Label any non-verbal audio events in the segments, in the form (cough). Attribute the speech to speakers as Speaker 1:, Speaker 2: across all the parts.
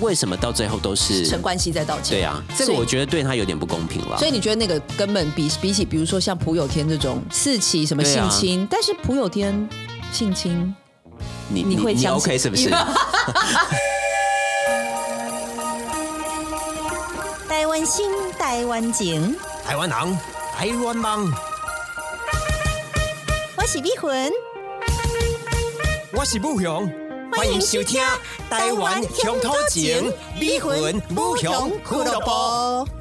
Speaker 1: 为什么到最后都是
Speaker 2: 陈冠希在道歉。
Speaker 1: 对啊，这个
Speaker 2: 所以
Speaker 1: 我觉得对他有点不公平了
Speaker 2: 所。以你觉得那个根本比比起，比如说像朴有天这种四起什么
Speaker 1: 对
Speaker 2: 性
Speaker 1: 啊
Speaker 2: 侵，但是朴有天性侵，
Speaker 1: 你
Speaker 2: 你会
Speaker 1: 你
Speaker 2: 相信
Speaker 1: OK 是
Speaker 2: (laughs)
Speaker 1: 不是？
Speaker 3: 台湾心，台湾情，
Speaker 4: 台湾人，台湾梦，
Speaker 3: 我是美魂。
Speaker 4: 我是武雄，
Speaker 3: 欢迎收听台湾乡土情，美魂武雄俱乐部。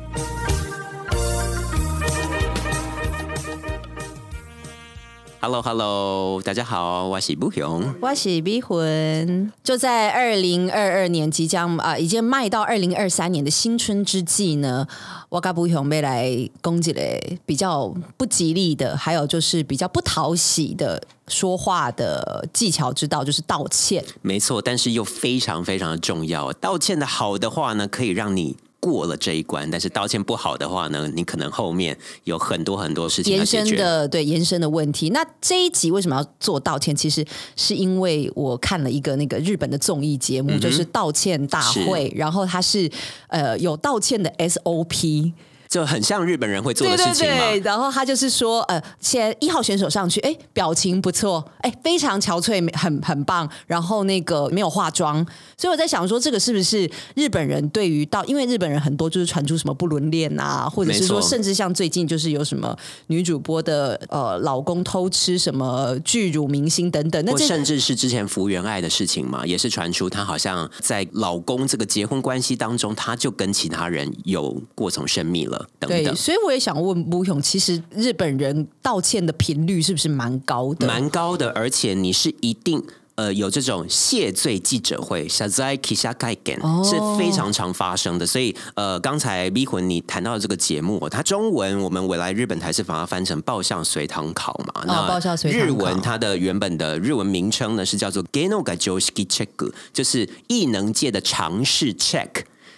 Speaker 1: Hello Hello，大家好，我是布雄。
Speaker 2: 我是逼魂。就在二零二二年即将啊、已经迈到二零二三年的新春之际呢，我嘎不雄被来攻击嘞比较不吉利的，还有就是比较不讨喜的说话的技巧之道，就是道歉。
Speaker 1: 没错，但是又非常非常的重要。道歉的好的话呢，可以让你。过了这一关，但是道歉不好的话呢，你可能后面有很多很多事情要
Speaker 2: 延
Speaker 1: 解
Speaker 2: 伸
Speaker 1: 决。
Speaker 2: 的对延伸的问题。那这一集为什么要做道歉？其实是因为我看了一个那个日本的综艺节目，
Speaker 1: 嗯
Speaker 2: 就是道歉大会，然后它是呃有道歉的 SOP，
Speaker 1: 就很像日本人会做的事情嘛。
Speaker 2: 对，然后他就是说，呃，现在一号选手上去，哎，表情不错，哎，非常憔悴，很很棒。然后那个没有化妆，所以我在想说，这个是不是日本人对于到，因为日本人很多就是传出什么不伦恋啊，或者是说，
Speaker 1: 没错
Speaker 2: 甚至像最近就是有什么女主播的呃老公偷吃什么巨乳明星等等，那
Speaker 1: 或
Speaker 2: 这
Speaker 1: 甚至是之前福原爱的事情嘛，也是传出她好像在老公这个结婚关系当中，她就跟其他人有过从甚密了，等
Speaker 2: 对，
Speaker 1: 等。
Speaker 2: 所以我也想问吴勇，其实日本人道歉的频率是不是蛮高的？
Speaker 1: 蛮高的，而且你是一定。呃，有这种谢罪记者会 （shazai kishakai n
Speaker 2: 哦
Speaker 1: 是非常常发生的。所以，呃，刚才 V 魂你谈到的这个节目，它中文我们未来日本台是把它翻成“爆笑随堂考”嘛。那
Speaker 2: 哦爆笑随堂考
Speaker 1: 日文它的原本的日文名称呢是叫做 “genoga joshiki check”，就是异能界的尝试 check。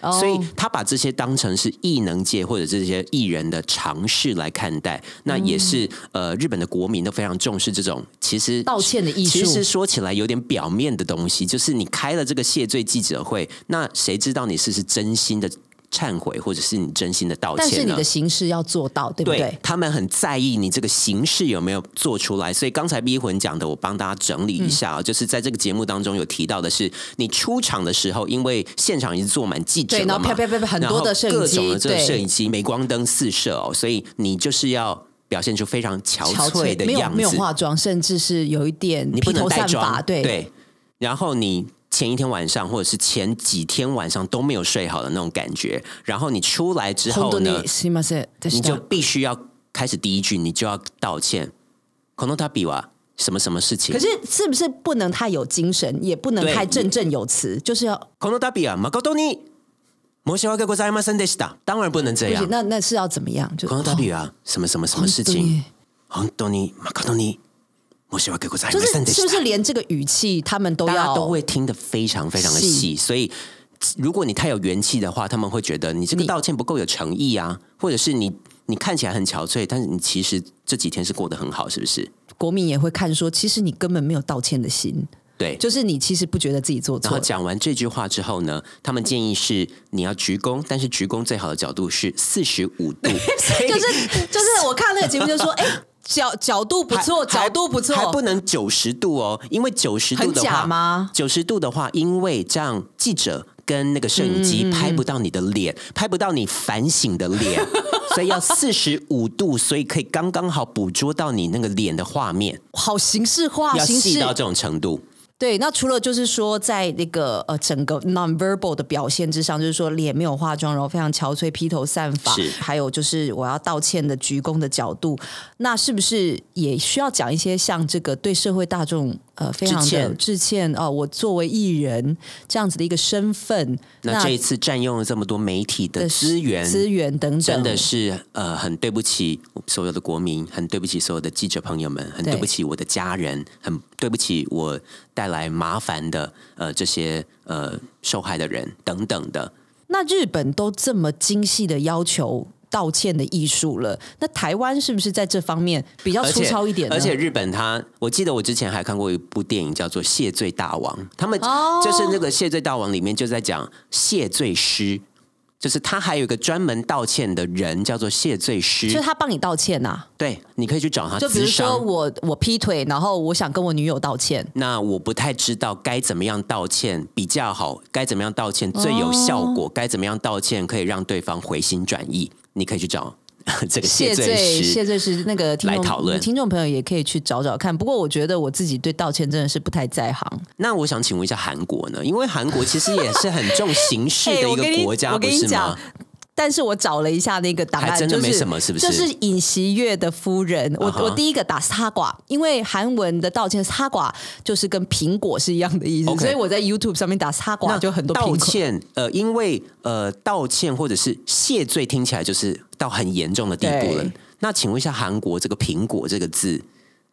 Speaker 2: 哦
Speaker 1: 所以他把这些当成是艺能界或者这些艺人的尝试来看待，那也是、呃日本的国民都非常重视这种其实
Speaker 2: 嗯道歉的艺术
Speaker 1: 其实说起来有点表面的东西，就是你开了这个谢罪记者会，那谁知道你是不是真心的忏悔，或者是你真心的道歉
Speaker 2: 但
Speaker 1: 呢？
Speaker 2: 是你的形式要做到，对不对？
Speaker 1: 他们很在意你这个形式有没有做出来。所以刚才 B 魂讲的，我帮大家整理一下
Speaker 2: 嗯
Speaker 1: 啊，就是在这个节目当中有提到的是，你出场的时候，因为现场已经坐满记者
Speaker 2: 对
Speaker 1: 了
Speaker 2: 然后
Speaker 1: 嘛，
Speaker 2: 啪啪啪啪很多
Speaker 1: 然后
Speaker 2: 的摄影
Speaker 1: 各
Speaker 2: 机
Speaker 1: 种的这个
Speaker 2: 对
Speaker 1: 摄影机、镁光灯四射哦，所以你就是要表现出非常憔
Speaker 2: 憔
Speaker 1: 悴的
Speaker 2: 没有
Speaker 1: 样子，
Speaker 2: 没有化妆，甚至是有一点
Speaker 1: 你
Speaker 2: 披
Speaker 1: 不能
Speaker 2: 头
Speaker 1: 带
Speaker 2: 散发，
Speaker 1: 妆，
Speaker 2: 对
Speaker 1: 然后你前一天晚上或者是前几天晚上都没有睡好的那种感觉，然后你出来之
Speaker 2: 本
Speaker 1: 后
Speaker 2: 当
Speaker 1: 呢
Speaker 2: に，すいませんで
Speaker 1: 你
Speaker 2: し
Speaker 1: 就
Speaker 2: た。
Speaker 1: 必须要开始第一句，你就要道歉。可能他比哇，什么什么事情？
Speaker 2: 可是是不是不能太有精神，也不能
Speaker 1: 对
Speaker 2: 太振振有词，就是要
Speaker 1: 可能他比哇，马高多尼，摩西瓦盖国在马森德西达，当然不能这
Speaker 2: 不
Speaker 1: 样
Speaker 2: 行，。那那是要怎么样？就哦
Speaker 1: 可能他比哇，什么什么什么事情？本当に马高多尼，摩西瓦盖国在
Speaker 2: 就
Speaker 1: 马
Speaker 2: 是
Speaker 1: 森德
Speaker 2: 是
Speaker 1: 西
Speaker 2: 不
Speaker 1: 达
Speaker 2: 是，连这个语气他们都
Speaker 1: 大家
Speaker 2: 要
Speaker 1: 都会听得非常非常的细，所以。如果你太有元气的话，他们会觉得你这个
Speaker 2: 你
Speaker 1: 道歉不够有诚意啊，或者是你你看起来很憔悴，但是你其实这几天是过得很好，是不是？
Speaker 2: 国民也会看说，其实你根本没有道歉的心，
Speaker 1: 对，
Speaker 2: 就是你其实不觉得自己做
Speaker 1: 然后
Speaker 2: 错。
Speaker 1: 讲完这句话之后呢，他们建议是你要鞠躬，但是鞠躬最好的角度是四十五度，所以 (laughs)
Speaker 2: 就是就是，我看那个节目就说，哎、角角度 (laughs) 不错，
Speaker 1: 还
Speaker 2: 角度不错，
Speaker 1: 还不能九十度哦，因为九十度
Speaker 2: 很
Speaker 1: 的
Speaker 2: 假
Speaker 1: 话，
Speaker 2: 吗？
Speaker 1: 九十度的话，因为这样记者跟那个摄影机拍不到你的脸，
Speaker 2: 嗯
Speaker 1: 拍不到你反省的脸，
Speaker 2: (laughs)
Speaker 1: 所以要四十五度，所以可以刚刚好捕捉到你那个脸的画面，
Speaker 2: 好形式化，
Speaker 1: 要
Speaker 2: 形
Speaker 1: 细
Speaker 2: 式
Speaker 1: 到这种程度。
Speaker 2: 对，那除了就是说，在那个呃整个 nonverbal 的表现之上，就是说脸没有化妆，然后非常憔悴、披头散发
Speaker 1: 是，
Speaker 2: 还有就是我要道歉的鞠躬的角度，那是不是也需要讲一些像这个对社会大众呃非常
Speaker 1: 致
Speaker 2: 的
Speaker 1: 歉
Speaker 2: 致歉哦、我作为艺人这样子的一个身份，
Speaker 1: 那这一次占用了这么多媒体的
Speaker 2: 的
Speaker 1: 资源，
Speaker 2: 资源等等，
Speaker 1: 真的是呃，很对不起所有的国民，很对不起所有的记者朋友们，很
Speaker 2: 对
Speaker 1: 对不起我的家人，很对不起我带来麻烦的呃这些呃受害的人等等的。
Speaker 2: 那日本都这么精细的要求道歉的艺术了。那台湾是不是在这方面比较
Speaker 1: 而
Speaker 2: 粗
Speaker 1: 且
Speaker 2: 糙一点呢？
Speaker 1: 而且日本它，我记得我之前还看过一部电影叫做《谢罪大王》，他们
Speaker 2: 哦
Speaker 1: 就是那个《谢罪大王》里面就在讲谢罪师，就是他还有一个专门道歉的人叫做谢罪
Speaker 2: 就是
Speaker 1: 师，
Speaker 2: 他帮你道歉呐、
Speaker 1: 对，你可以去找他
Speaker 2: 就比
Speaker 1: 啊咨
Speaker 2: 如说
Speaker 1: 商。
Speaker 2: 我我劈腿，然后我想跟我女友道歉，
Speaker 1: 那我不太知道该怎么样道歉比较好，该怎么样道歉最有效
Speaker 2: 哦
Speaker 1: 果，该怎么样道歉可以让对方回心转意，你可以去找这个
Speaker 2: 谢
Speaker 1: 罪
Speaker 2: 罪
Speaker 1: 师。
Speaker 2: 谢罪是那个听
Speaker 1: 来讨
Speaker 2: 众
Speaker 1: 论
Speaker 2: 听众朋友也可以去找找看。不过我觉得我自己对道歉真的是不太在行。
Speaker 1: 那我想请问一下韩国呢？因为韩国其实也是很重形
Speaker 2: (laughs)
Speaker 1: 式的
Speaker 2: 哎
Speaker 1: 一
Speaker 2: 我跟
Speaker 1: 个
Speaker 2: 你
Speaker 1: 国家，
Speaker 2: 我
Speaker 1: 不
Speaker 2: 跟你
Speaker 1: 是
Speaker 2: 讲
Speaker 1: 吗？。
Speaker 2: 但是我找了一下那个档案，
Speaker 1: 还真的
Speaker 2: 就是
Speaker 1: 没什么是不是
Speaker 2: 就是尹锡悦的夫人，我、
Speaker 1: 啊哈
Speaker 2: 我第一个打哈瓜，因为韩文的道歉哈瓜就是跟苹果是一样的意思
Speaker 1: OK
Speaker 2: 所以我在 YouTube 上面打哈瓜就很多苹
Speaker 1: 道
Speaker 2: 果。
Speaker 1: 歉，呃，因为呃，道歉或者是谢罪听起来就是到很严重的地步了
Speaker 2: 对。
Speaker 1: 那请问一下，韩国这个“苹果”这个字，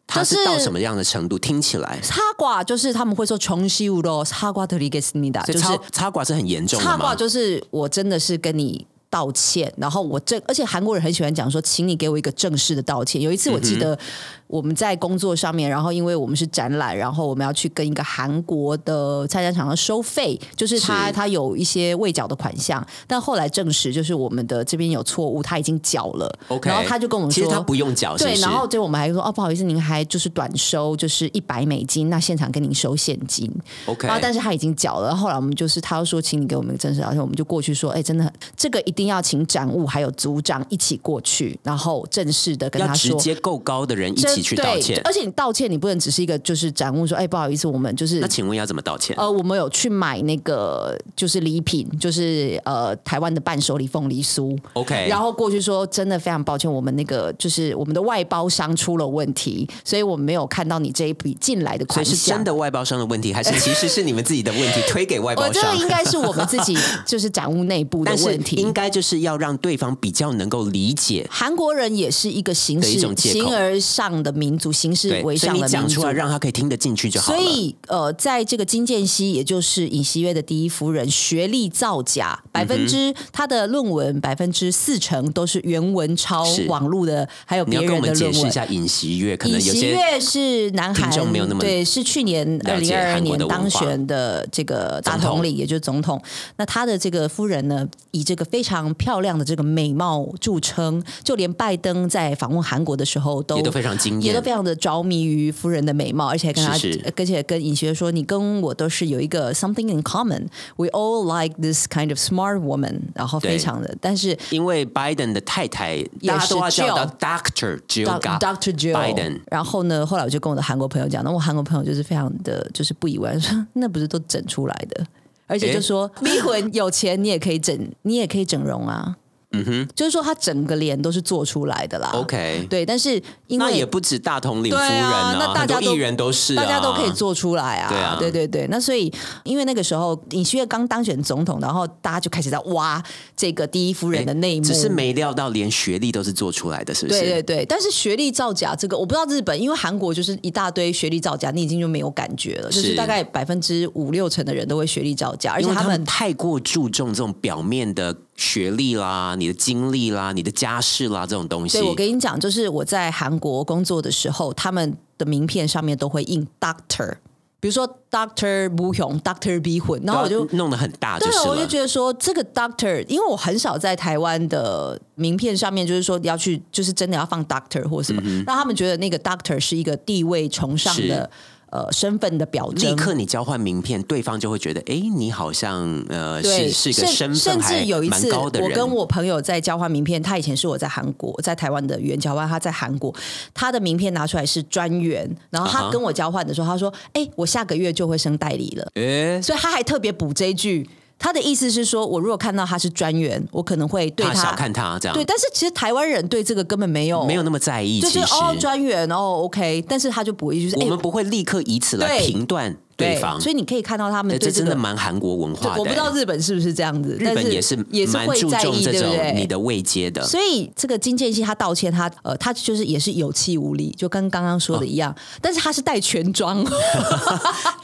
Speaker 1: 它
Speaker 2: 就是
Speaker 1: 是到什么样的程度？听起来
Speaker 2: 哈瓜就是他们会说重西乌罗哈瓜特里给斯尼达，
Speaker 1: 这
Speaker 2: 就是
Speaker 1: 插插挂是很严重
Speaker 2: 插
Speaker 1: 的
Speaker 2: 挂
Speaker 1: 吗？
Speaker 2: 就是我真的是跟你道歉，然后我正，而且韩国人很喜欢讲说，请你给我一个正式的道歉。有一次我
Speaker 1: 嗯
Speaker 2: 记得我们在工作上面，然后因为我们是展览，然后我们要去跟一个韩国的参展厂商收费，就是他
Speaker 1: 是
Speaker 2: 他有一些未缴的款项，但后来证实就是我们的这边有错误，他已经缴了
Speaker 1: OK，
Speaker 2: 然后他就跟我们
Speaker 1: 其
Speaker 2: 说
Speaker 1: 实他不用缴，是不
Speaker 2: 对，
Speaker 1: 是
Speaker 2: 然后就我们还说哦，不好意思，您还就是短收，就是一百美金，那现场跟您收现金。
Speaker 1: OK
Speaker 2: 然后但是他已经缴了，后来我们就是他又说，请你给我们一个真实道歉，我们就过去说，哎，真的很这个一定要请展务还有组长一起过去，然后正式的跟
Speaker 1: 要
Speaker 2: 他
Speaker 1: 直
Speaker 2: 说。
Speaker 1: 接够高的人一
Speaker 2: 这
Speaker 1: 起去道
Speaker 2: 对
Speaker 1: 歉。
Speaker 2: 而且你道歉，你不能只是一个就是展务说，哎，不好意思，我们就是
Speaker 1: 那请问要怎么道歉？
Speaker 2: 呃，我们有去买那个就是礼品，就是呃台湾的伴手礼凤梨酥。
Speaker 1: OK
Speaker 2: 然后过去说真的非常抱歉，我们那个就是我们的外包商出了问题，所以我们没有看到你这一笔进来的
Speaker 1: 所
Speaker 2: 款
Speaker 1: 以是
Speaker 2: 项
Speaker 1: 真。的外包商的问题，还是其实是你们自己的问题推给外
Speaker 2: (laughs) 我
Speaker 1: 包
Speaker 2: 这个
Speaker 1: 商？
Speaker 2: 应该是我们自
Speaker 1: (laughs)
Speaker 2: 己就是展务内部的
Speaker 1: 但是
Speaker 2: 问题，
Speaker 1: 应该就是要让对方比较能够理解
Speaker 2: 韩国人也是一个形
Speaker 1: 的一
Speaker 2: 式
Speaker 1: 种借口
Speaker 2: 形而上的民族，形式
Speaker 1: 对，
Speaker 2: 为
Speaker 1: 所以
Speaker 2: 上
Speaker 1: 你
Speaker 2: 的民
Speaker 1: 讲
Speaker 2: 族
Speaker 1: 出来，。让他可以听得进去就好
Speaker 2: 所
Speaker 1: 了。
Speaker 2: 以，呃，在这个金建熙，也就是尹锡悦的第一夫人，学历造假，
Speaker 1: 嗯
Speaker 2: 百分之他的论文百分之四成都是原文抄
Speaker 1: 是
Speaker 2: 网络的，还有
Speaker 1: 你
Speaker 2: 别
Speaker 1: 要跟我们
Speaker 2: 人的
Speaker 1: 解
Speaker 2: 论
Speaker 1: 释一
Speaker 2: 文。
Speaker 1: 下尹锡悦，可能
Speaker 2: 尹
Speaker 1: 有
Speaker 2: 锡
Speaker 1: 些
Speaker 2: 悦是南韩
Speaker 1: 听众没有那么
Speaker 2: 对，是去年二
Speaker 1: 了
Speaker 2: 零
Speaker 1: 解
Speaker 2: 二二
Speaker 1: 韩国
Speaker 2: 年
Speaker 1: 的文化
Speaker 2: 当选的这个大统领，也就是总统。那他的这个夫人呢，以这个非常漂亮的这个美貌著称，就连拜登在访问韩国的时候都
Speaker 1: 也都非常惊
Speaker 2: 也都
Speaker 1: 艳
Speaker 2: 非。常的着迷于夫人的美貌，而且跟她，
Speaker 1: 是是
Speaker 2: 而且跟尹学说，你跟我都是有一个 something in common。We all like this kind of smart woman，然后非常的，但是
Speaker 1: 因为 Biden 的太太，
Speaker 2: 是
Speaker 1: 大家都要叫到
Speaker 2: Jill
Speaker 1: Doctor Jill
Speaker 2: Doc- Dr. Jill
Speaker 1: Biden。
Speaker 2: 然后呢，后来我就跟我的韩国朋友讲，那我韩国朋友就是非常的，就是不以为然，说那不是都整出来的，而且就说迷魂有钱你也可以整，你也可以整容啊。嗯哼，就是说他整个脸都是做出来的啦。
Speaker 1: OK
Speaker 2: 对，但是因
Speaker 1: 那
Speaker 2: 为
Speaker 1: 也不止大统领夫
Speaker 2: 对
Speaker 1: 人
Speaker 2: 啊，那大家
Speaker 1: 很多
Speaker 2: 都
Speaker 1: 艺人都是、啊，
Speaker 2: 大家都可以。做出来啊。
Speaker 1: 对啊
Speaker 2: 对对对那所以因为那个时候尹锡悦刚当选总统，然后大家就开始在挖这个第一夫人的内幕，啊
Speaker 1: 只是没料到连学历都是做出来的，是不是？
Speaker 2: 对对对，但是学历造假这个我不知道日本，因为韩国就是一大堆学历造假，你已经就没有感觉了，就是
Speaker 1: 是
Speaker 2: 大概百分之五六成的人都会学历造假，而
Speaker 1: 因
Speaker 2: 且
Speaker 1: 为
Speaker 2: 他
Speaker 1: 他
Speaker 2: 们
Speaker 1: 们太过注重这种表面的学历啦、你的经历啦、你的家世啦这种东西。
Speaker 2: 对，我跟你讲，就是我在韩国工作的时候，他们的名片上面都会印 Doctor，比如说 Doctor 不雄、Doctor 逼混，然后我就
Speaker 1: 都要弄得很大就
Speaker 2: 对
Speaker 1: 是，了。
Speaker 2: 我就觉得说这个 doctor，因为我很少在台湾的名片上面，就是说要去，就是真的要放 doctor 或什么，让他们觉得那个 doctor 是一个地位崇尚的
Speaker 1: 嗯是
Speaker 2: 呃身份的表征
Speaker 1: 立。刻你交换名片，对方就会觉得，哎，你好像呃
Speaker 2: 对，
Speaker 1: 是是个
Speaker 2: 甚
Speaker 1: 身份
Speaker 2: 甚
Speaker 1: 还
Speaker 2: 至有一
Speaker 1: 蛮
Speaker 2: 次，
Speaker 1: 高的
Speaker 2: 我
Speaker 1: 人。
Speaker 2: 跟我朋友在交换名片，他以前是我在韩国，在台湾的原交换，他在韩国，他的名片拿出来是专员，然后
Speaker 1: 啊
Speaker 2: 他
Speaker 1: 哈
Speaker 2: 跟我交换的时候，他说：“哎、我下个月就会升代理了。”
Speaker 1: 诶
Speaker 2: 所以他还特别补这一句。他的意思是说，我如果看到他是专员，我可能会对
Speaker 1: 怕小看他这样，
Speaker 2: 对，但是其实台湾人对这个根本没有
Speaker 1: 没有那么在意。
Speaker 2: 就
Speaker 1: 其
Speaker 2: 是
Speaker 1: 实、
Speaker 2: 哦专员哦 OK，但是他就不会就是
Speaker 1: 我
Speaker 2: 哎
Speaker 1: 们不会立刻以此来
Speaker 2: 对
Speaker 1: 评断对方。
Speaker 2: 所以你可以看到他们
Speaker 1: 诶
Speaker 2: 嗯对
Speaker 1: 这
Speaker 2: 这
Speaker 1: 真
Speaker 2: 个
Speaker 1: 的蛮韩国文
Speaker 2: 对
Speaker 1: 化的、
Speaker 2: 我不知道
Speaker 1: 诶
Speaker 2: 日本是不是这样子，
Speaker 1: 日
Speaker 2: 但
Speaker 1: 本
Speaker 2: 是
Speaker 1: 也是
Speaker 2: 也是
Speaker 1: 蛮
Speaker 2: 会
Speaker 1: 注
Speaker 2: 在
Speaker 1: 重
Speaker 2: 意，
Speaker 1: 这
Speaker 2: 对不
Speaker 1: 种你
Speaker 2: 对？
Speaker 1: 的位阶的。
Speaker 2: 所以这个金建熙他道歉，他呃，他就是也是有气无力，就跟刚刚说的一样，
Speaker 1: 哦
Speaker 2: 但是他是带
Speaker 1: (laughs)
Speaker 2: 全装，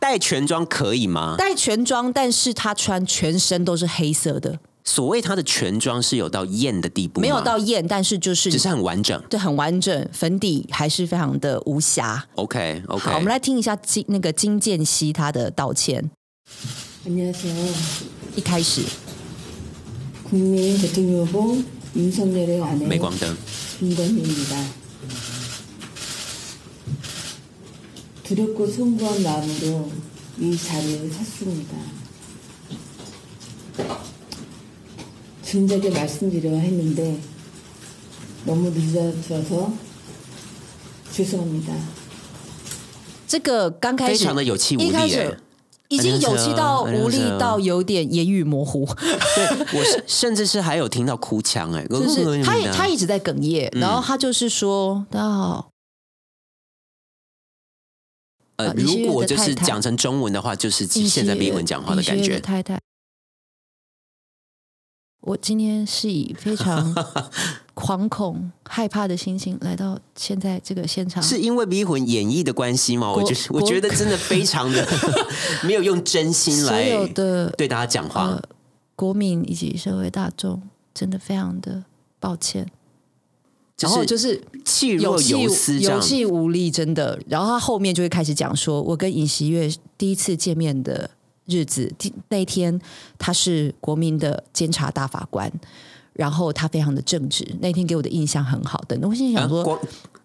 Speaker 1: 戴全装可以吗？
Speaker 2: 带全装，但是他穿全身都是黑色的，
Speaker 1: 所谓它的全妆是有到艳的地步吗，
Speaker 2: 没有到艳，但是就是
Speaker 1: 只是很完整。
Speaker 2: 对很完整，粉底还是非常的无瑕。
Speaker 1: OK OK，
Speaker 2: 好，我们来听一下金那个金建熙他的道歉，
Speaker 5: 안녕하세요.
Speaker 2: 一开始
Speaker 5: 국민 대통령 후보 윤석열의 아내
Speaker 1: 镁光灯。
Speaker 5: 김건희입니다. 두렵고 송구한 마음으로 이 자리를 섰습니다. 진작에 말씀드려 했는데 너무 늦어져서 죄송합니다.
Speaker 2: 这个刚开始
Speaker 1: 非常地有气无力欸
Speaker 2: 一开
Speaker 1: 耶
Speaker 2: 始已经有气到无力到有点言语模糊，
Speaker 1: 对我是甚至是还有听到哭腔哎、
Speaker 2: (laughs) 就是他也他一直在哽咽，
Speaker 1: 嗯
Speaker 2: 然后他就是说到
Speaker 1: 呃
Speaker 2: 啊，你是
Speaker 1: 如果
Speaker 2: 月的
Speaker 1: 就
Speaker 2: 太
Speaker 1: 是
Speaker 2: 太
Speaker 1: 讲成中文的话，就是现在逼文讲话的感
Speaker 2: 尹锡悦
Speaker 1: 觉。
Speaker 2: 太太，我今天是以
Speaker 1: (laughs)
Speaker 2: 非常惶恐、害怕的心情来到现在这个现场，
Speaker 1: 是因为《逼魂》演绎的关系吗？我
Speaker 2: 国
Speaker 1: 就是我
Speaker 2: 国
Speaker 1: 觉得真的非常的 (laughs) 没有用真心
Speaker 2: 所
Speaker 1: 来
Speaker 2: 有的
Speaker 1: 对大家讲话。
Speaker 2: 呃国民以及社会大众，真的非常的抱歉。
Speaker 1: 就
Speaker 2: 然后
Speaker 1: 是
Speaker 2: 就是
Speaker 1: 气若
Speaker 2: 气
Speaker 1: 游丝这
Speaker 2: 有
Speaker 1: 样。
Speaker 2: 气无力，真的。然后他后面就会开始讲说，我跟尹锡悦第一次见面的日子，第那一天他是国民的监察大法官，然后他非常的正直，那天给我的印象很好的。我心里
Speaker 1: 啊
Speaker 2: 想说。
Speaker 1: 关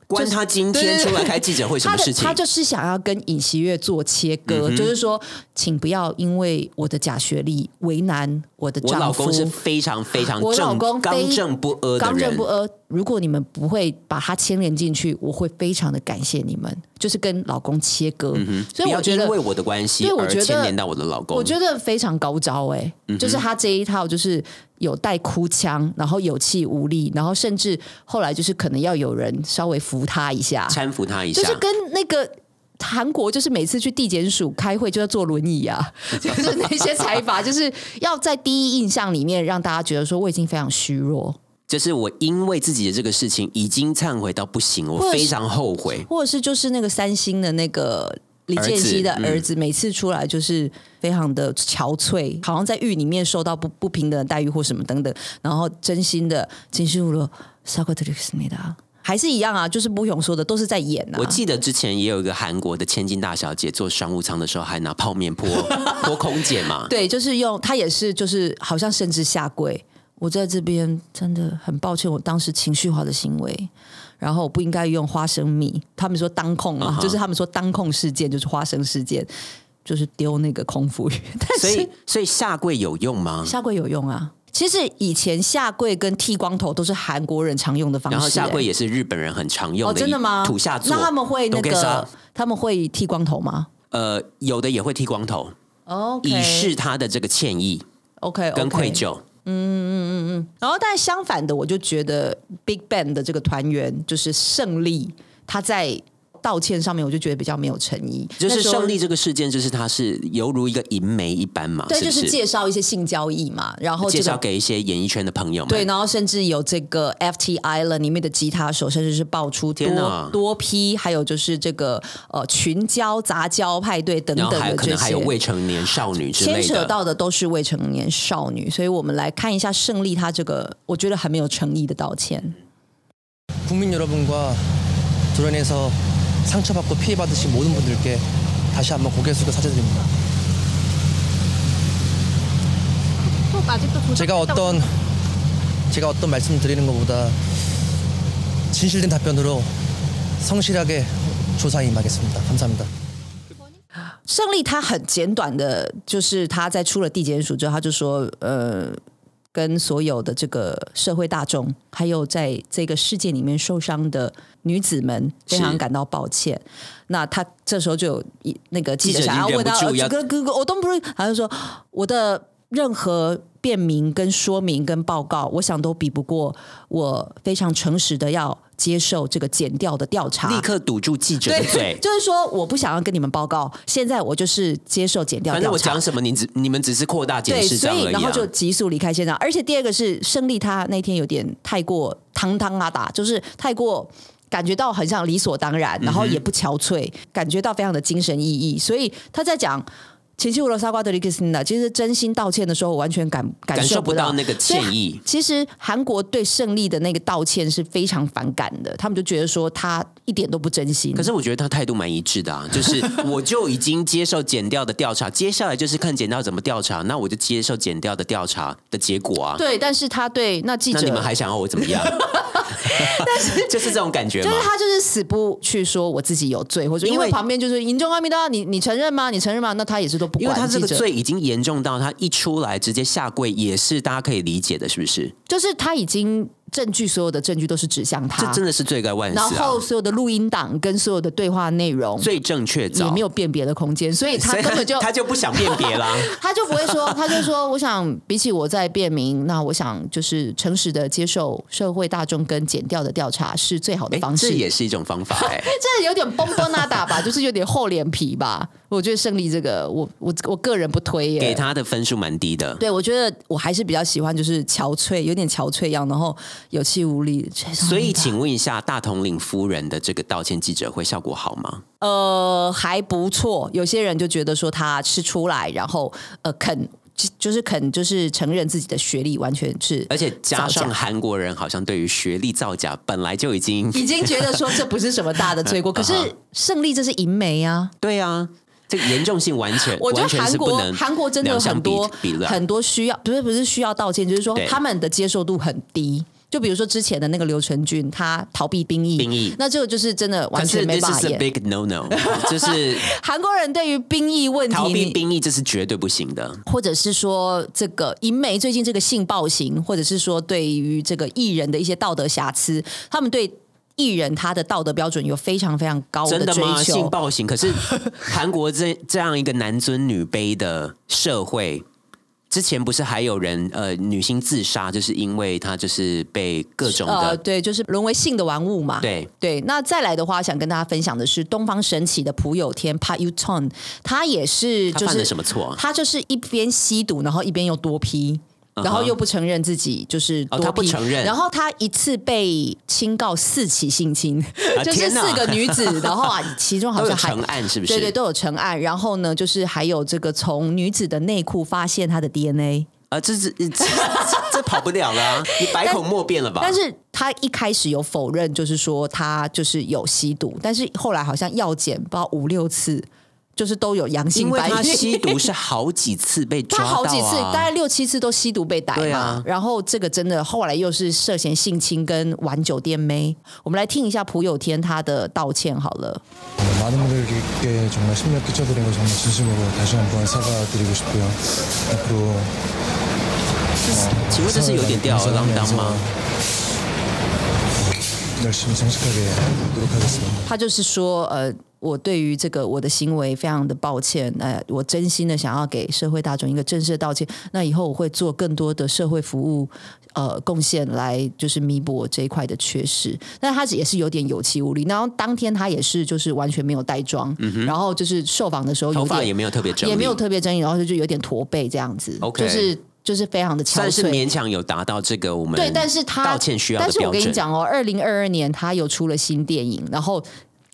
Speaker 1: 关他今天出来开记者会什
Speaker 2: 他
Speaker 1: 么
Speaker 2: 的
Speaker 1: 事情
Speaker 2: 他？就是想要跟尹锡悦做切割，就是说，请不要因为我的假学历为难我的
Speaker 1: 我
Speaker 2: 丈
Speaker 1: 老
Speaker 2: 夫。
Speaker 1: 公是非常非常
Speaker 2: 我老
Speaker 1: 正
Speaker 2: 公非
Speaker 1: 刚正不阿的
Speaker 2: 刚正
Speaker 1: 人
Speaker 2: 不。阿。如果你们不会把它牵连进去，我会非常的感谢你们，就是跟老公切割。所
Speaker 1: 不
Speaker 2: 以
Speaker 1: 嗯要
Speaker 2: 我觉得
Speaker 1: 因为我的关系
Speaker 2: 对我
Speaker 1: 而
Speaker 2: 觉得
Speaker 1: 牵连到我的老公。
Speaker 2: 我觉
Speaker 1: 得
Speaker 2: 得非常高招哎、
Speaker 1: 嗯
Speaker 2: 就是他这一套就是有带哭腔，然后有气无力，然后甚至后来就是可能要有人稍微扶他一下，
Speaker 1: 搀扶他一下，
Speaker 2: 就是跟那个。韩国就是每次去地检署开会就要坐轮
Speaker 1: (laughs)
Speaker 2: 椅啊，就是那些财阀，就是要在第一印象里面让大家觉得说我已经非常虚弱，
Speaker 1: 就是我因为自己的这个事情已经忏悔到不行，
Speaker 2: 或
Speaker 1: 我
Speaker 2: 者是
Speaker 1: 非常后悔。
Speaker 2: 或者是就是那个三星的那个李健熙的儿子，嗯每次出来就是非常的憔悴，好像在狱里面受到不不平等的待遇或什么等等。然后真心的金师傅了，萨克特里斯尼达还是一样啊，就是不勇说的，都是在演啊。
Speaker 1: 我记得之前也有一个韩国的千金大小姐坐商务舱的时候，还拿泡面
Speaker 2: (laughs)
Speaker 1: 泼泼空姐嘛。
Speaker 2: 对，就是用他也是就是好像甚至下跪。我在这边真的很抱歉，我当时情绪化的行为，然后我不应该用花生米。他们说当控嘛
Speaker 1: 嗯哼
Speaker 2: 就是他们说当控事件就是花生事件，就是丢那个空腹鱼。但
Speaker 1: 所以
Speaker 2: 是，
Speaker 1: 所以下跪有用吗？
Speaker 2: 下跪有用啊。其实以前下跪跟剃光头都是韩国人常用的方式、
Speaker 1: 然后下跪
Speaker 2: 欸
Speaker 1: 也是日本人很常用
Speaker 2: 哦，
Speaker 1: 的一，
Speaker 2: 真的吗？
Speaker 1: 土下座。
Speaker 2: 那他们会那
Speaker 1: Dogeisa
Speaker 2: 个他们会剃光头吗
Speaker 1: 呃，有的也会剃光头，
Speaker 2: ？OK，
Speaker 1: 以示他的这个歉意
Speaker 2: OK
Speaker 1: 跟愧疚。
Speaker 2: 然后，但相反的，我就觉得 Big Bang 的这个团员就是胜利，他在道歉上面，我就觉得比较没有诚意。
Speaker 1: 就是
Speaker 2: 那时候
Speaker 1: 胜利，这个事件，就是他是犹如一个银媒一般嘛，
Speaker 2: 对，
Speaker 1: 是
Speaker 2: 就
Speaker 1: 不
Speaker 2: 是
Speaker 1: 是
Speaker 2: 介绍一些性交易嘛，然后、这
Speaker 1: 介
Speaker 2: 个、
Speaker 1: 绍给一些演艺圈的朋友们。
Speaker 2: 对，然后甚至有这个 FT Island 里面的吉他手，甚至是爆出
Speaker 1: 天哪
Speaker 2: 多多批，还有就是这个呃群交、杂交派对等
Speaker 1: 然
Speaker 2: 等
Speaker 1: 后还
Speaker 2: 的
Speaker 1: 可
Speaker 2: 这
Speaker 1: 能还有
Speaker 2: 些。
Speaker 1: 未成年少女之
Speaker 2: 牵
Speaker 1: 类
Speaker 2: 扯
Speaker 1: 的。
Speaker 2: 到的都是未成年少女，所以我们来看一下胜利他这个我觉得很没有诚意的道歉。
Speaker 6: 국민 여러분과 조련에서 상처받고 피해받으신 모든 분들께 다시 한번 고개 숙여 사죄드립니다. 제가 어떤 제가 어떤 말씀 드리는 것보다 진실된 답변으로 성실하게 조사에 임하겠습니다. 감사합니다.
Speaker 2: 胜利他很简短的，就是他在出了地检署之后，他就说，呃，跟所有的这个社会大众，还有在这个事件里面受伤的女子们，非常感到抱歉。那他这时候就有一那个记者
Speaker 1: 记者已
Speaker 2: 想
Speaker 1: 经
Speaker 2: 要
Speaker 1: 忍
Speaker 2: 问
Speaker 1: 不
Speaker 2: 他，
Speaker 1: 住
Speaker 2: 呃
Speaker 1: 要
Speaker 2: 这个哥哥，我都不是，他就说我的任何辩明、跟说明、跟报告，我想都比不过我非常诚实的要接受这个检调的调查，
Speaker 1: 立刻堵住记者的
Speaker 2: (laughs) 对，
Speaker 1: 嘴，
Speaker 2: 就是说我不想要跟你们报告，现在我就是接受减掉
Speaker 1: 反
Speaker 2: 调
Speaker 1: 正我
Speaker 2: 查
Speaker 1: 讲。什么，你只你们只是扩大解
Speaker 2: 对，
Speaker 1: 释这
Speaker 2: 所
Speaker 1: 样
Speaker 2: 以
Speaker 1: 而已、
Speaker 2: 然后
Speaker 1: 啊。
Speaker 2: 就急速离开现场。而且第二个是胜利，他那天有点太过堂堂啊打，就是太过感觉到很
Speaker 1: 嗯
Speaker 2: 像理所当然，然后也不憔悴，感觉到非常的精神奕奕。所以他在讲 진심으로 사과드리겠습니다.其实真心道歉的时候，我完全感感
Speaker 1: 感受
Speaker 2: 受
Speaker 1: 不到那个歉意
Speaker 2: 所以其实韩国对胜利的那个道歉是非常反感的，他们就觉得说他一点都不真心。
Speaker 1: 可是我觉得他态度蛮一致的
Speaker 2: (laughs)
Speaker 1: 啊，就是我就已经接受减掉的调查，接下来就是看减掉怎么调查，那我就接受减掉的调查的结果啊。
Speaker 2: 对，但是他对那记
Speaker 1: 那
Speaker 2: 者，
Speaker 1: 你们还想要我怎
Speaker 2: (laughs)
Speaker 1: 么样？ (laughs) 就是这种感觉
Speaker 2: 就
Speaker 1: 嘛
Speaker 2: 是。他就是死不去说我自己有罪，或者
Speaker 1: 因
Speaker 2: 因
Speaker 1: 为
Speaker 2: 为旁边就是银中阿米达，你你承认吗？你承认吗？那他也是都不管。
Speaker 1: 因为他这个
Speaker 2: 记者
Speaker 1: 罪已经严重到他一出来直接下跪，也是大家可以理解的，是不是？
Speaker 2: 就是他已经证据所有的证据都是指向他，
Speaker 1: 这真的是罪该万
Speaker 2: 然
Speaker 1: 死啊！
Speaker 2: 后所有的录音档跟所有的对话内容
Speaker 1: 最正确
Speaker 2: 也
Speaker 1: 早
Speaker 2: 没有辨别的空间，所以
Speaker 1: (laughs)
Speaker 2: 他
Speaker 1: 所以
Speaker 2: 根本就
Speaker 1: 他就不想辨别
Speaker 2: (laughs)
Speaker 1: 啦。
Speaker 2: 他就不会
Speaker 1: (laughs)
Speaker 2: 说，他就说，我想比起我在辩明，那我想就是诚实的接受社会大众跟减掉的调查是最好的
Speaker 1: 哎，
Speaker 2: 方式。
Speaker 1: 这也是一种方法哎、
Speaker 2: (laughs) 这有点崩崩那
Speaker 1: (laughs)
Speaker 2: 打吧，就是有点厚脸皮吧。我觉得胜利这个，我我我个人不推耶。
Speaker 1: 给他的分数蛮低的。
Speaker 2: 对，我觉得我还是比较喜欢，就是憔悴，有点憔悴样，然后有气无力。所
Speaker 1: 所以，请问一下，大统领夫人的这个道歉记者会效果好吗？
Speaker 2: 呃，还不错。有些人就觉得说他吃出来，然后呃肯就就是肯就是承认自己的学历完全是，
Speaker 1: 而且加
Speaker 2: 造
Speaker 1: 上
Speaker 2: 假
Speaker 1: 韩国人好像对于学历造假本来就已
Speaker 2: (laughs)
Speaker 1: 经
Speaker 2: 已经觉得说这不是什么大的
Speaker 1: (laughs)
Speaker 2: 罪过。可是胜利这是银媒啊，
Speaker 1: 对啊，这个严重性完全
Speaker 2: (laughs) 我觉
Speaker 1: 完
Speaker 2: 得
Speaker 1: 全
Speaker 2: 韩
Speaker 1: 是不
Speaker 2: 国
Speaker 1: 能
Speaker 2: 韩国真的有
Speaker 1: 两
Speaker 2: 很
Speaker 1: 相比
Speaker 2: 多
Speaker 1: 比论。
Speaker 2: 很多需要，不是不是需要道歉，就是说
Speaker 1: 对
Speaker 2: 他们的接受度很低。就比如说之前的那个刘承俊，他逃避兵役，
Speaker 1: 兵役
Speaker 2: 那这个就是真的完
Speaker 1: 可
Speaker 2: 全
Speaker 1: 是
Speaker 2: 没
Speaker 1: this
Speaker 2: 办法
Speaker 1: is a
Speaker 2: 演。
Speaker 1: big no no，就是
Speaker 2: (laughs) 韩国人对于兵役问题，
Speaker 1: 逃避
Speaker 2: 你
Speaker 1: 兵役，这是绝对不行的。
Speaker 2: 或者是说这个银媒最近这个性暴行，或者是说对于这个艺人的一些道德瑕疵，他们对艺人他的道德标准有非常非常高
Speaker 1: 真的
Speaker 2: 追
Speaker 1: 吗？性
Speaker 2: 求。
Speaker 1: 暴行？可是
Speaker 2: (laughs)
Speaker 1: 韩国这这样一个男尊女卑的社会，之前不是还有人呃女性自杀，就是因为她就是被各种的、
Speaker 2: 呃，对，就是沦为性的玩物嘛。
Speaker 1: 对
Speaker 2: 对，那再来的话，想跟大家分享的是东方神起的朴有天 p a y u t o n 他也是
Speaker 1: 他
Speaker 2: 就
Speaker 1: 犯了
Speaker 2: 是
Speaker 1: 什么错啊
Speaker 2: 他就是一边吸毒，然后一边又多批。然后又不承认自己就是
Speaker 1: 嗯
Speaker 2: 多
Speaker 1: 哦
Speaker 2: 批、
Speaker 1: 他不承认
Speaker 2: 然后他一次被轻告四起性侵，
Speaker 1: 啊
Speaker 2: (laughs) 就是
Speaker 1: 天哪
Speaker 2: 四个女子，
Speaker 1: (laughs)
Speaker 2: 然后啊，其中好
Speaker 1: 都有
Speaker 2: 像还
Speaker 1: 成案，是不是？
Speaker 2: 对对都有成案，然后呢，就是还有这个从女子的内裤发现她的 DNA，
Speaker 1: 啊，这是这这这跑不了了、
Speaker 2: (laughs)
Speaker 1: 啊，你百口莫辩了吧？
Speaker 2: 但是他一开始有否认，就是说他就是有吸毒，但是后来好像药检不知道五六次，就是都有阳性
Speaker 1: 因为
Speaker 2: 反应。
Speaker 1: 他吸毒是好几次被抓
Speaker 2: (laughs) 他
Speaker 1: 到、啊，
Speaker 2: 好几次，大概六七次都吸毒被逮
Speaker 1: 对
Speaker 2: 嘛。
Speaker 1: 啊
Speaker 2: 然后这个真的后来又是涉嫌性侵跟玩酒店妹。我们来听一下朴有天他的道歉好了。
Speaker 7: 어, 많은 분들께 정말 심려 끼쳐드린 거 정말 진심으로 다시 한번 사과드리고 싶고요. 앞으로
Speaker 1: 请问这是有点吊儿郎当吗？
Speaker 7: 열심히 정직하게 노력하겠습니다.
Speaker 2: 他就是说，呃，我对于这个我的行为非常的抱歉，呃，我真心的想要给社会大众一个正式的道歉。那以后我会做更多的社会服务，呃，贡献来就是弥补我这一块的缺失。但他也是有点有气无力。然后当天他也是就是完全没有带妆，然后就是受访的时候
Speaker 1: 嗯
Speaker 2: 有
Speaker 1: 头
Speaker 2: 点
Speaker 1: 发也没有特别整理，
Speaker 2: 也没有特别争议，然后就有点驼背这样子
Speaker 1: OK
Speaker 2: 就是就是非常的憔悴，
Speaker 1: 算是勉强有达到这个我们
Speaker 2: 对，但是他
Speaker 1: 道歉需要的
Speaker 2: 但
Speaker 1: 标准。
Speaker 2: 是我跟你讲哦，二零二二年他有出了新电影，然后。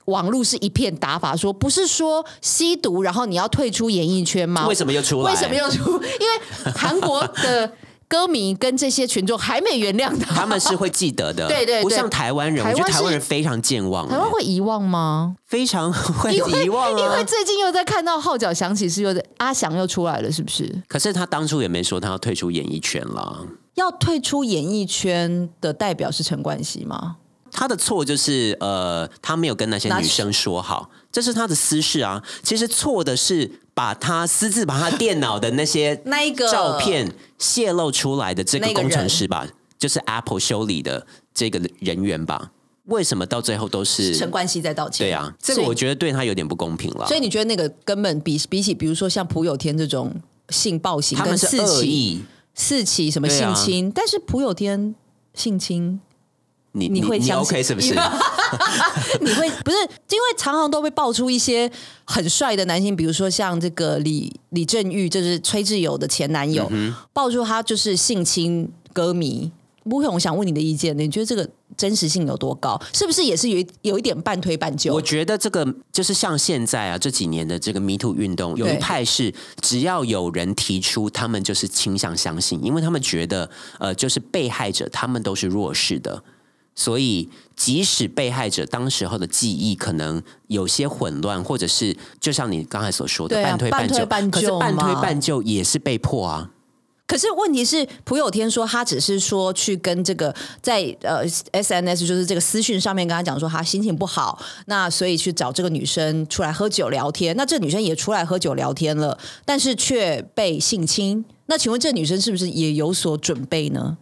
Speaker 2: 网络是一片打法说，不是说吸毒，然后你要退出演艺圈吗？
Speaker 1: 为什么又出来
Speaker 2: 为什么又出？因为韩国的歌迷跟这些群众还没原谅
Speaker 1: (laughs)
Speaker 2: 他，
Speaker 1: 他们是会记得的，
Speaker 2: (laughs) 对对对
Speaker 1: 不像台湾人，我
Speaker 2: 台湾
Speaker 1: 觉得台湾
Speaker 2: 是
Speaker 1: 人非常健忘，欸
Speaker 2: 台湾会遗忘吗？
Speaker 1: 非常 (laughs) 会
Speaker 2: 因为
Speaker 1: 遗忘
Speaker 2: 因为
Speaker 1: 啊。
Speaker 2: 最近又在看到号角响起，是又在阿翔又出来了，是不是？
Speaker 1: 可是他当初也没说他要退出演艺圈啊啦。
Speaker 2: 要退出演艺圈的代表是陈冠希吗？
Speaker 1: 他的错就是呃，他没有跟那些
Speaker 2: 那
Speaker 1: 女
Speaker 2: 是
Speaker 1: 生说好，这是他的私事啊。其实错的是把他私自把他电脑的那些
Speaker 2: (laughs) 那一个
Speaker 1: 照片泄露出来的这个
Speaker 2: 那个
Speaker 1: 工程
Speaker 2: 人
Speaker 1: 师吧，就是 Apple 修理的这个人员吧。为什么到最后都是
Speaker 2: 陈冠希在道歉。
Speaker 1: 对啊，这个
Speaker 2: 所以
Speaker 1: 我觉得对他有点不公平了。
Speaker 2: 所以你觉得那个根本比比起比如说像朴有天这种性暴行
Speaker 1: 他
Speaker 2: 跟
Speaker 1: 们是
Speaker 2: 四
Speaker 1: 恶
Speaker 2: 起
Speaker 1: 意，
Speaker 2: 四起什么
Speaker 1: 对啊
Speaker 2: 性侵，但是朴有天性侵，
Speaker 1: 你
Speaker 2: 你会 (laughs)
Speaker 1: 你
Speaker 2: 相信
Speaker 1: OK 是不是
Speaker 2: 你？你会不是因为常常都被爆出一些很帅的男性，比如说像这个李李
Speaker 1: 嗯
Speaker 2: 正玉，就是崔智友的前男友，爆出他就是性侵歌迷。吴勇，我想问你的意见，你觉得这个真实性有多高？是不是也是有一有一点半推半就
Speaker 1: 我？觉得这个就是像现在啊，这几年的这个 Me Too 运动，有一
Speaker 2: 对
Speaker 1: 派是只要有人提出，他们就是倾向相信，因为他们觉得呃，就是被害者他们都是弱势的，所以即使被害者当时候的记忆可能有些混乱，或者是就像你刚才所说的、
Speaker 2: 对啊
Speaker 1: 半推
Speaker 2: 半
Speaker 1: 半
Speaker 2: 推
Speaker 1: 就，
Speaker 2: 半
Speaker 1: 可是
Speaker 2: 就
Speaker 1: 半推
Speaker 2: 嘛
Speaker 1: 半就也是被迫啊。
Speaker 2: 可是问题是，朴有天说他只是说去跟这个在呃 SNS 就是这个私讯上面跟他讲说他心情不好，那所以去找这个女生出来喝酒聊天。那这女生也出来喝酒聊天了，但是却被性侵。那请问这女生是不是也有所准备呢？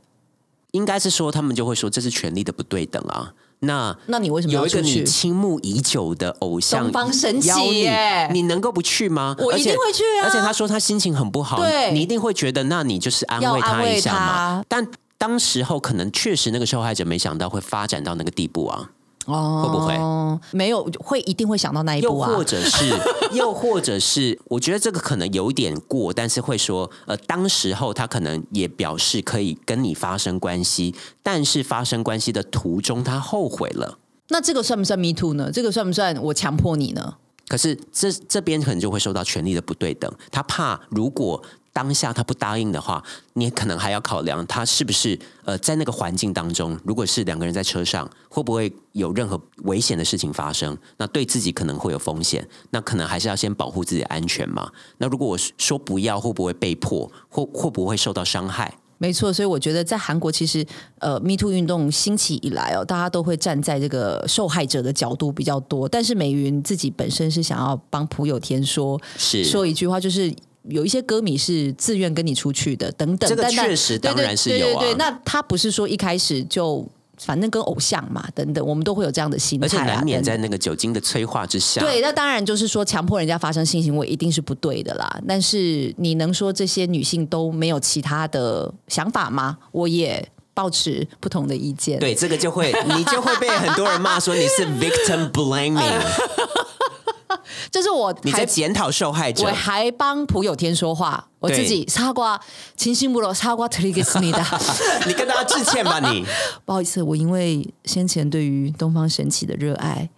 Speaker 1: 应该是说，他们就会说这是权力的不对等啊。那
Speaker 2: 那你为什么要
Speaker 1: 有一个
Speaker 2: 出去
Speaker 1: 你倾慕已久的偶像
Speaker 2: 东方神起
Speaker 1: 邀你
Speaker 2: 耶，
Speaker 1: 你能够不去吗？
Speaker 2: 我
Speaker 1: 而且
Speaker 2: 一定会去啊
Speaker 1: 而且他说他心情很不好，
Speaker 2: 对
Speaker 1: 你一定会觉得，那你就是安
Speaker 2: 要
Speaker 1: 慰
Speaker 2: 安
Speaker 1: 他
Speaker 2: 慰
Speaker 1: 一下嘛
Speaker 2: 他。
Speaker 1: 但当时候可能确实那个受害者没想到会发展到那个地步啊，
Speaker 2: 哦
Speaker 1: 会不会？
Speaker 2: 没有，会一定会想到那一
Speaker 1: 又
Speaker 2: 步啊
Speaker 1: 或。者
Speaker 2: (laughs)
Speaker 1: 是，又或者是，我觉得这个可能有一点过，但是会说，呃，当时候他可能也表示可以跟你发生关系，但是发生关系的途中他后悔了。
Speaker 2: 那这个算不算 me too 呢？这个算不算我强迫你呢？
Speaker 1: 可是这这边可能就会受到权力的不对等，他怕如果当下他不答应的话，你可能还要考量他是不是呃在那个环境当中，如果是两个人在车上，会不会有任何危险的事情发生？那对自己可能会有风险，那可能还是要先保护自己的安全嘛。那如果我说不要，会不会被迫，或会不会受到伤害？
Speaker 2: 没错，所以我觉得在韩国其实呃，Me Too 运动兴起以来哦，大家都会站在这个受害者的角度比较多。但是美云自己本身是想要帮朴有天说
Speaker 1: 是
Speaker 2: 说一句话，就是。有一些歌迷是自愿跟你出去的，等等。
Speaker 1: 这个
Speaker 2: 但但
Speaker 1: 确实
Speaker 2: 对对
Speaker 1: 当然是有啊
Speaker 2: 对对对，那他不是说一开始就反正跟偶像嘛，等等，我们都会有这样的心态、
Speaker 1: 而
Speaker 2: 啊。
Speaker 1: 且难免
Speaker 2: 等等
Speaker 1: 在那个酒精的催化之下，
Speaker 2: 对，那当然就是说，强迫人家发生性行为一定是不对的啦。但是你能说这些女性都没有其他的想法吗？我也抱持不同的意见。，
Speaker 1: 对，这个就会你就会被很多人骂说你是 victim blaming，
Speaker 2: 这是我
Speaker 1: 你在
Speaker 2: 还
Speaker 1: 检讨受害
Speaker 2: 我
Speaker 1: 者。
Speaker 2: 还帮朴有天说话，我自
Speaker 1: 对
Speaker 2: 己사과진심으로사과드리겠습니다。
Speaker 1: (laughs) (laughs) 你跟大家致歉吧
Speaker 2: (laughs)
Speaker 1: 你，
Speaker 2: 不好意思，我因为先前对于东方神起的热爱，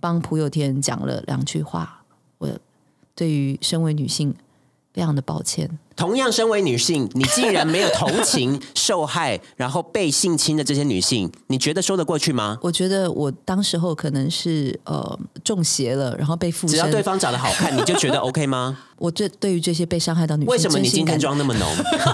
Speaker 2: 帮朴有天讲了两句话，我对于身为女性非常的抱歉。
Speaker 1: 同样身为女性，你竟然没有同
Speaker 2: (laughs)
Speaker 1: 情受害，然后被性侵的这些女性，你觉得说得过去吗？
Speaker 2: 我觉得我当时候可能是呃中邪了，然后被附身。
Speaker 1: 只要对方长得好看，你就觉得 OK 吗？
Speaker 2: 我对对于这些被伤害到 (laughs) 女性，
Speaker 1: 为什么你
Speaker 2: 真心
Speaker 1: 今
Speaker 2: 感
Speaker 1: 天妆那么
Speaker 2: (laughs)
Speaker 1: 浓？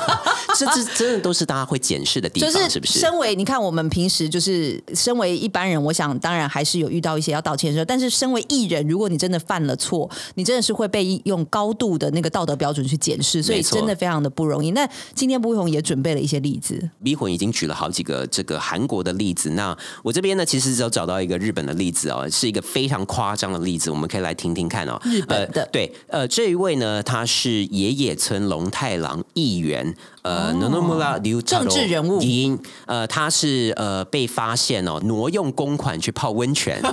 Speaker 1: (laughs) 这这真的都是大家会检视的地
Speaker 2: 就
Speaker 1: 方，
Speaker 2: 是
Speaker 1: 是不是？
Speaker 2: 身为你看，我们平时就是身为一般人，我想当然还是有遇到一些要道歉的时候，但是身为艺人，如果你真的犯了错，你真的是会被用高度的那个道德标准去检视，所以
Speaker 1: 没错
Speaker 2: 真的非常的不容易。那今天不红也准备了一些
Speaker 1: (laughs)
Speaker 2: 例子，
Speaker 1: 迷魂已经举了好几个这个韩国的例子，那我这边呢，其实只有找到一个日本的例子哦，是一个非常夸张的例子，我们可以来听听看哦。
Speaker 2: 日本的
Speaker 1: 呃、对，呃，这一位呢，他是野野村龙太郎议员，呃，野々村隆太郎
Speaker 2: 哦政治人物
Speaker 1: 议员呃，他是呃被发现哦挪用公款去泡温泉，
Speaker 2: (laughs) 这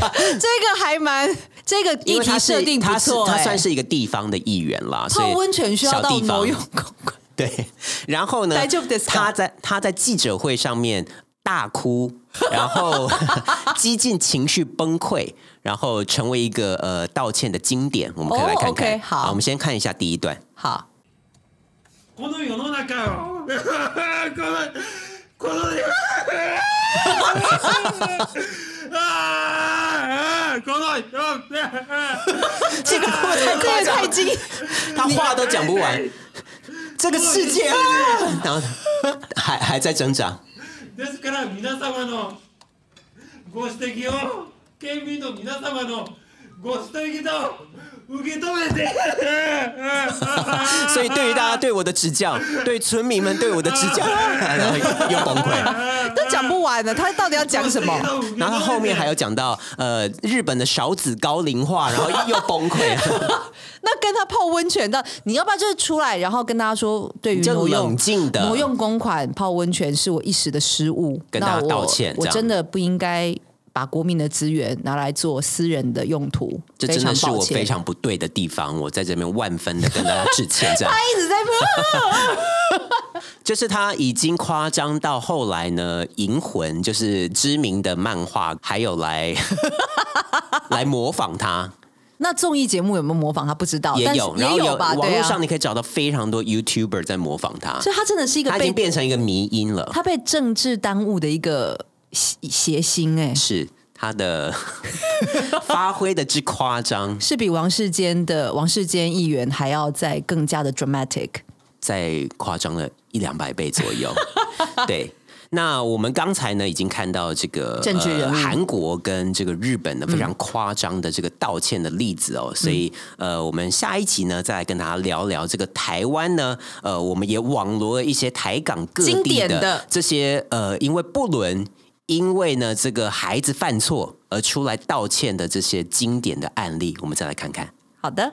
Speaker 2: 个这个还蛮这个
Speaker 1: 因
Speaker 2: 议
Speaker 1: 为
Speaker 2: 题
Speaker 1: 他
Speaker 2: 设
Speaker 1: 是
Speaker 2: 定不
Speaker 1: 他是
Speaker 2: 错、
Speaker 1: 他
Speaker 2: 哎
Speaker 1: 算是一个地方的议员啦，所
Speaker 2: 泡
Speaker 1: 以
Speaker 2: 温泉需要
Speaker 1: 小
Speaker 2: 到
Speaker 1: 地方
Speaker 2: 挪用公款。
Speaker 1: (laughs) 对，然后呢
Speaker 2: (laughs) 大丈夫です，か
Speaker 1: 他在他在记者会上面大哭，然
Speaker 2: (laughs)
Speaker 1: 后激进情绪崩溃，然后成为一个呃道歉的经典。我们可以来
Speaker 2: 哦
Speaker 1: 看看。
Speaker 2: OK，好
Speaker 1: 我们先看一下第一段。
Speaker 2: 好，
Speaker 8: この世の中よこのこのあーあーこの
Speaker 1: (laughs) 这个太
Speaker 2: 这个太
Speaker 1: 激，
Speaker 2: 激。
Speaker 1: 他话都讲不
Speaker 2: (laughs)
Speaker 1: 完。这个世界啊，然后还还在挣扎。
Speaker 8: ですから皆様のご指摘を県民の皆様のご指摘と受け止めて
Speaker 1: 所以对于大家对我的指
Speaker 2: (laughs)
Speaker 1: 教，对村民们对我的指教，然后又崩溃。
Speaker 2: 都讲不完了，他到底要讲
Speaker 1: (laughs)
Speaker 2: 什么？
Speaker 1: 然后他后面还有讲到呃日本的少子高龄化，然后又崩
Speaker 2: (laughs)
Speaker 1: 溃。
Speaker 2: 那跟他泡温泉的，你要不要就是出来，然后跟大家说，对于
Speaker 1: 就
Speaker 2: 挪用
Speaker 1: 冷静地
Speaker 2: 挪用公款泡温泉是我一时的失误，
Speaker 1: 跟大家
Speaker 2: 那我
Speaker 1: 道歉这
Speaker 2: 我
Speaker 1: 样
Speaker 2: 真的不应该把国民的资源拿来做私人的用途，
Speaker 1: 这真的是我非
Speaker 2: 非 (laughs) 常
Speaker 1: 常
Speaker 2: 抱歉。
Speaker 1: 不 (laughs)
Speaker 2: (laughs)
Speaker 1: 对的地方，我在这边万分的跟大家致歉。这样，
Speaker 2: 他一直在
Speaker 1: 就是他已经夸张到后来呢，《银魂》就是知名的漫画，还有来 (laughs) 来模仿他，
Speaker 2: 那综艺节目有没有模仿他？不知道，
Speaker 1: 也
Speaker 2: 哦但是
Speaker 1: 有，然
Speaker 2: 也
Speaker 1: 后
Speaker 2: 有吧，
Speaker 1: 网
Speaker 2: 对
Speaker 1: 络
Speaker 2: 啊
Speaker 1: 上。你可以找到非常多 YouTuber 在模仿他，
Speaker 2: 所以他真的是一个
Speaker 1: 他已
Speaker 2: 被
Speaker 1: 经变成一个迷音了。
Speaker 2: 他被政治耽误的一个邪邪心哎、
Speaker 1: 是他的 (laughs) 发挥的之夸张，
Speaker 2: 是比王世坚的王世坚议员还要再更加的 dramatic。
Speaker 1: 再夸张了一两百倍左
Speaker 2: (laughs)
Speaker 1: 右。对，那我们刚才呢已经看到这个呃
Speaker 2: 政治人物
Speaker 1: 韩国跟这个日本的非常夸张的这个道歉的例子哦，
Speaker 2: 嗯
Speaker 1: 所以呃，我们下一集呢再来跟大家聊聊这个台湾呢，呃，我们也网罗了一些台港各
Speaker 2: 经
Speaker 1: 地
Speaker 2: 典的
Speaker 1: 这些呃，因为不伦。因为呢，这个孩子犯错而出来道歉的这些经典的案例，我们再来看看。
Speaker 2: 好的。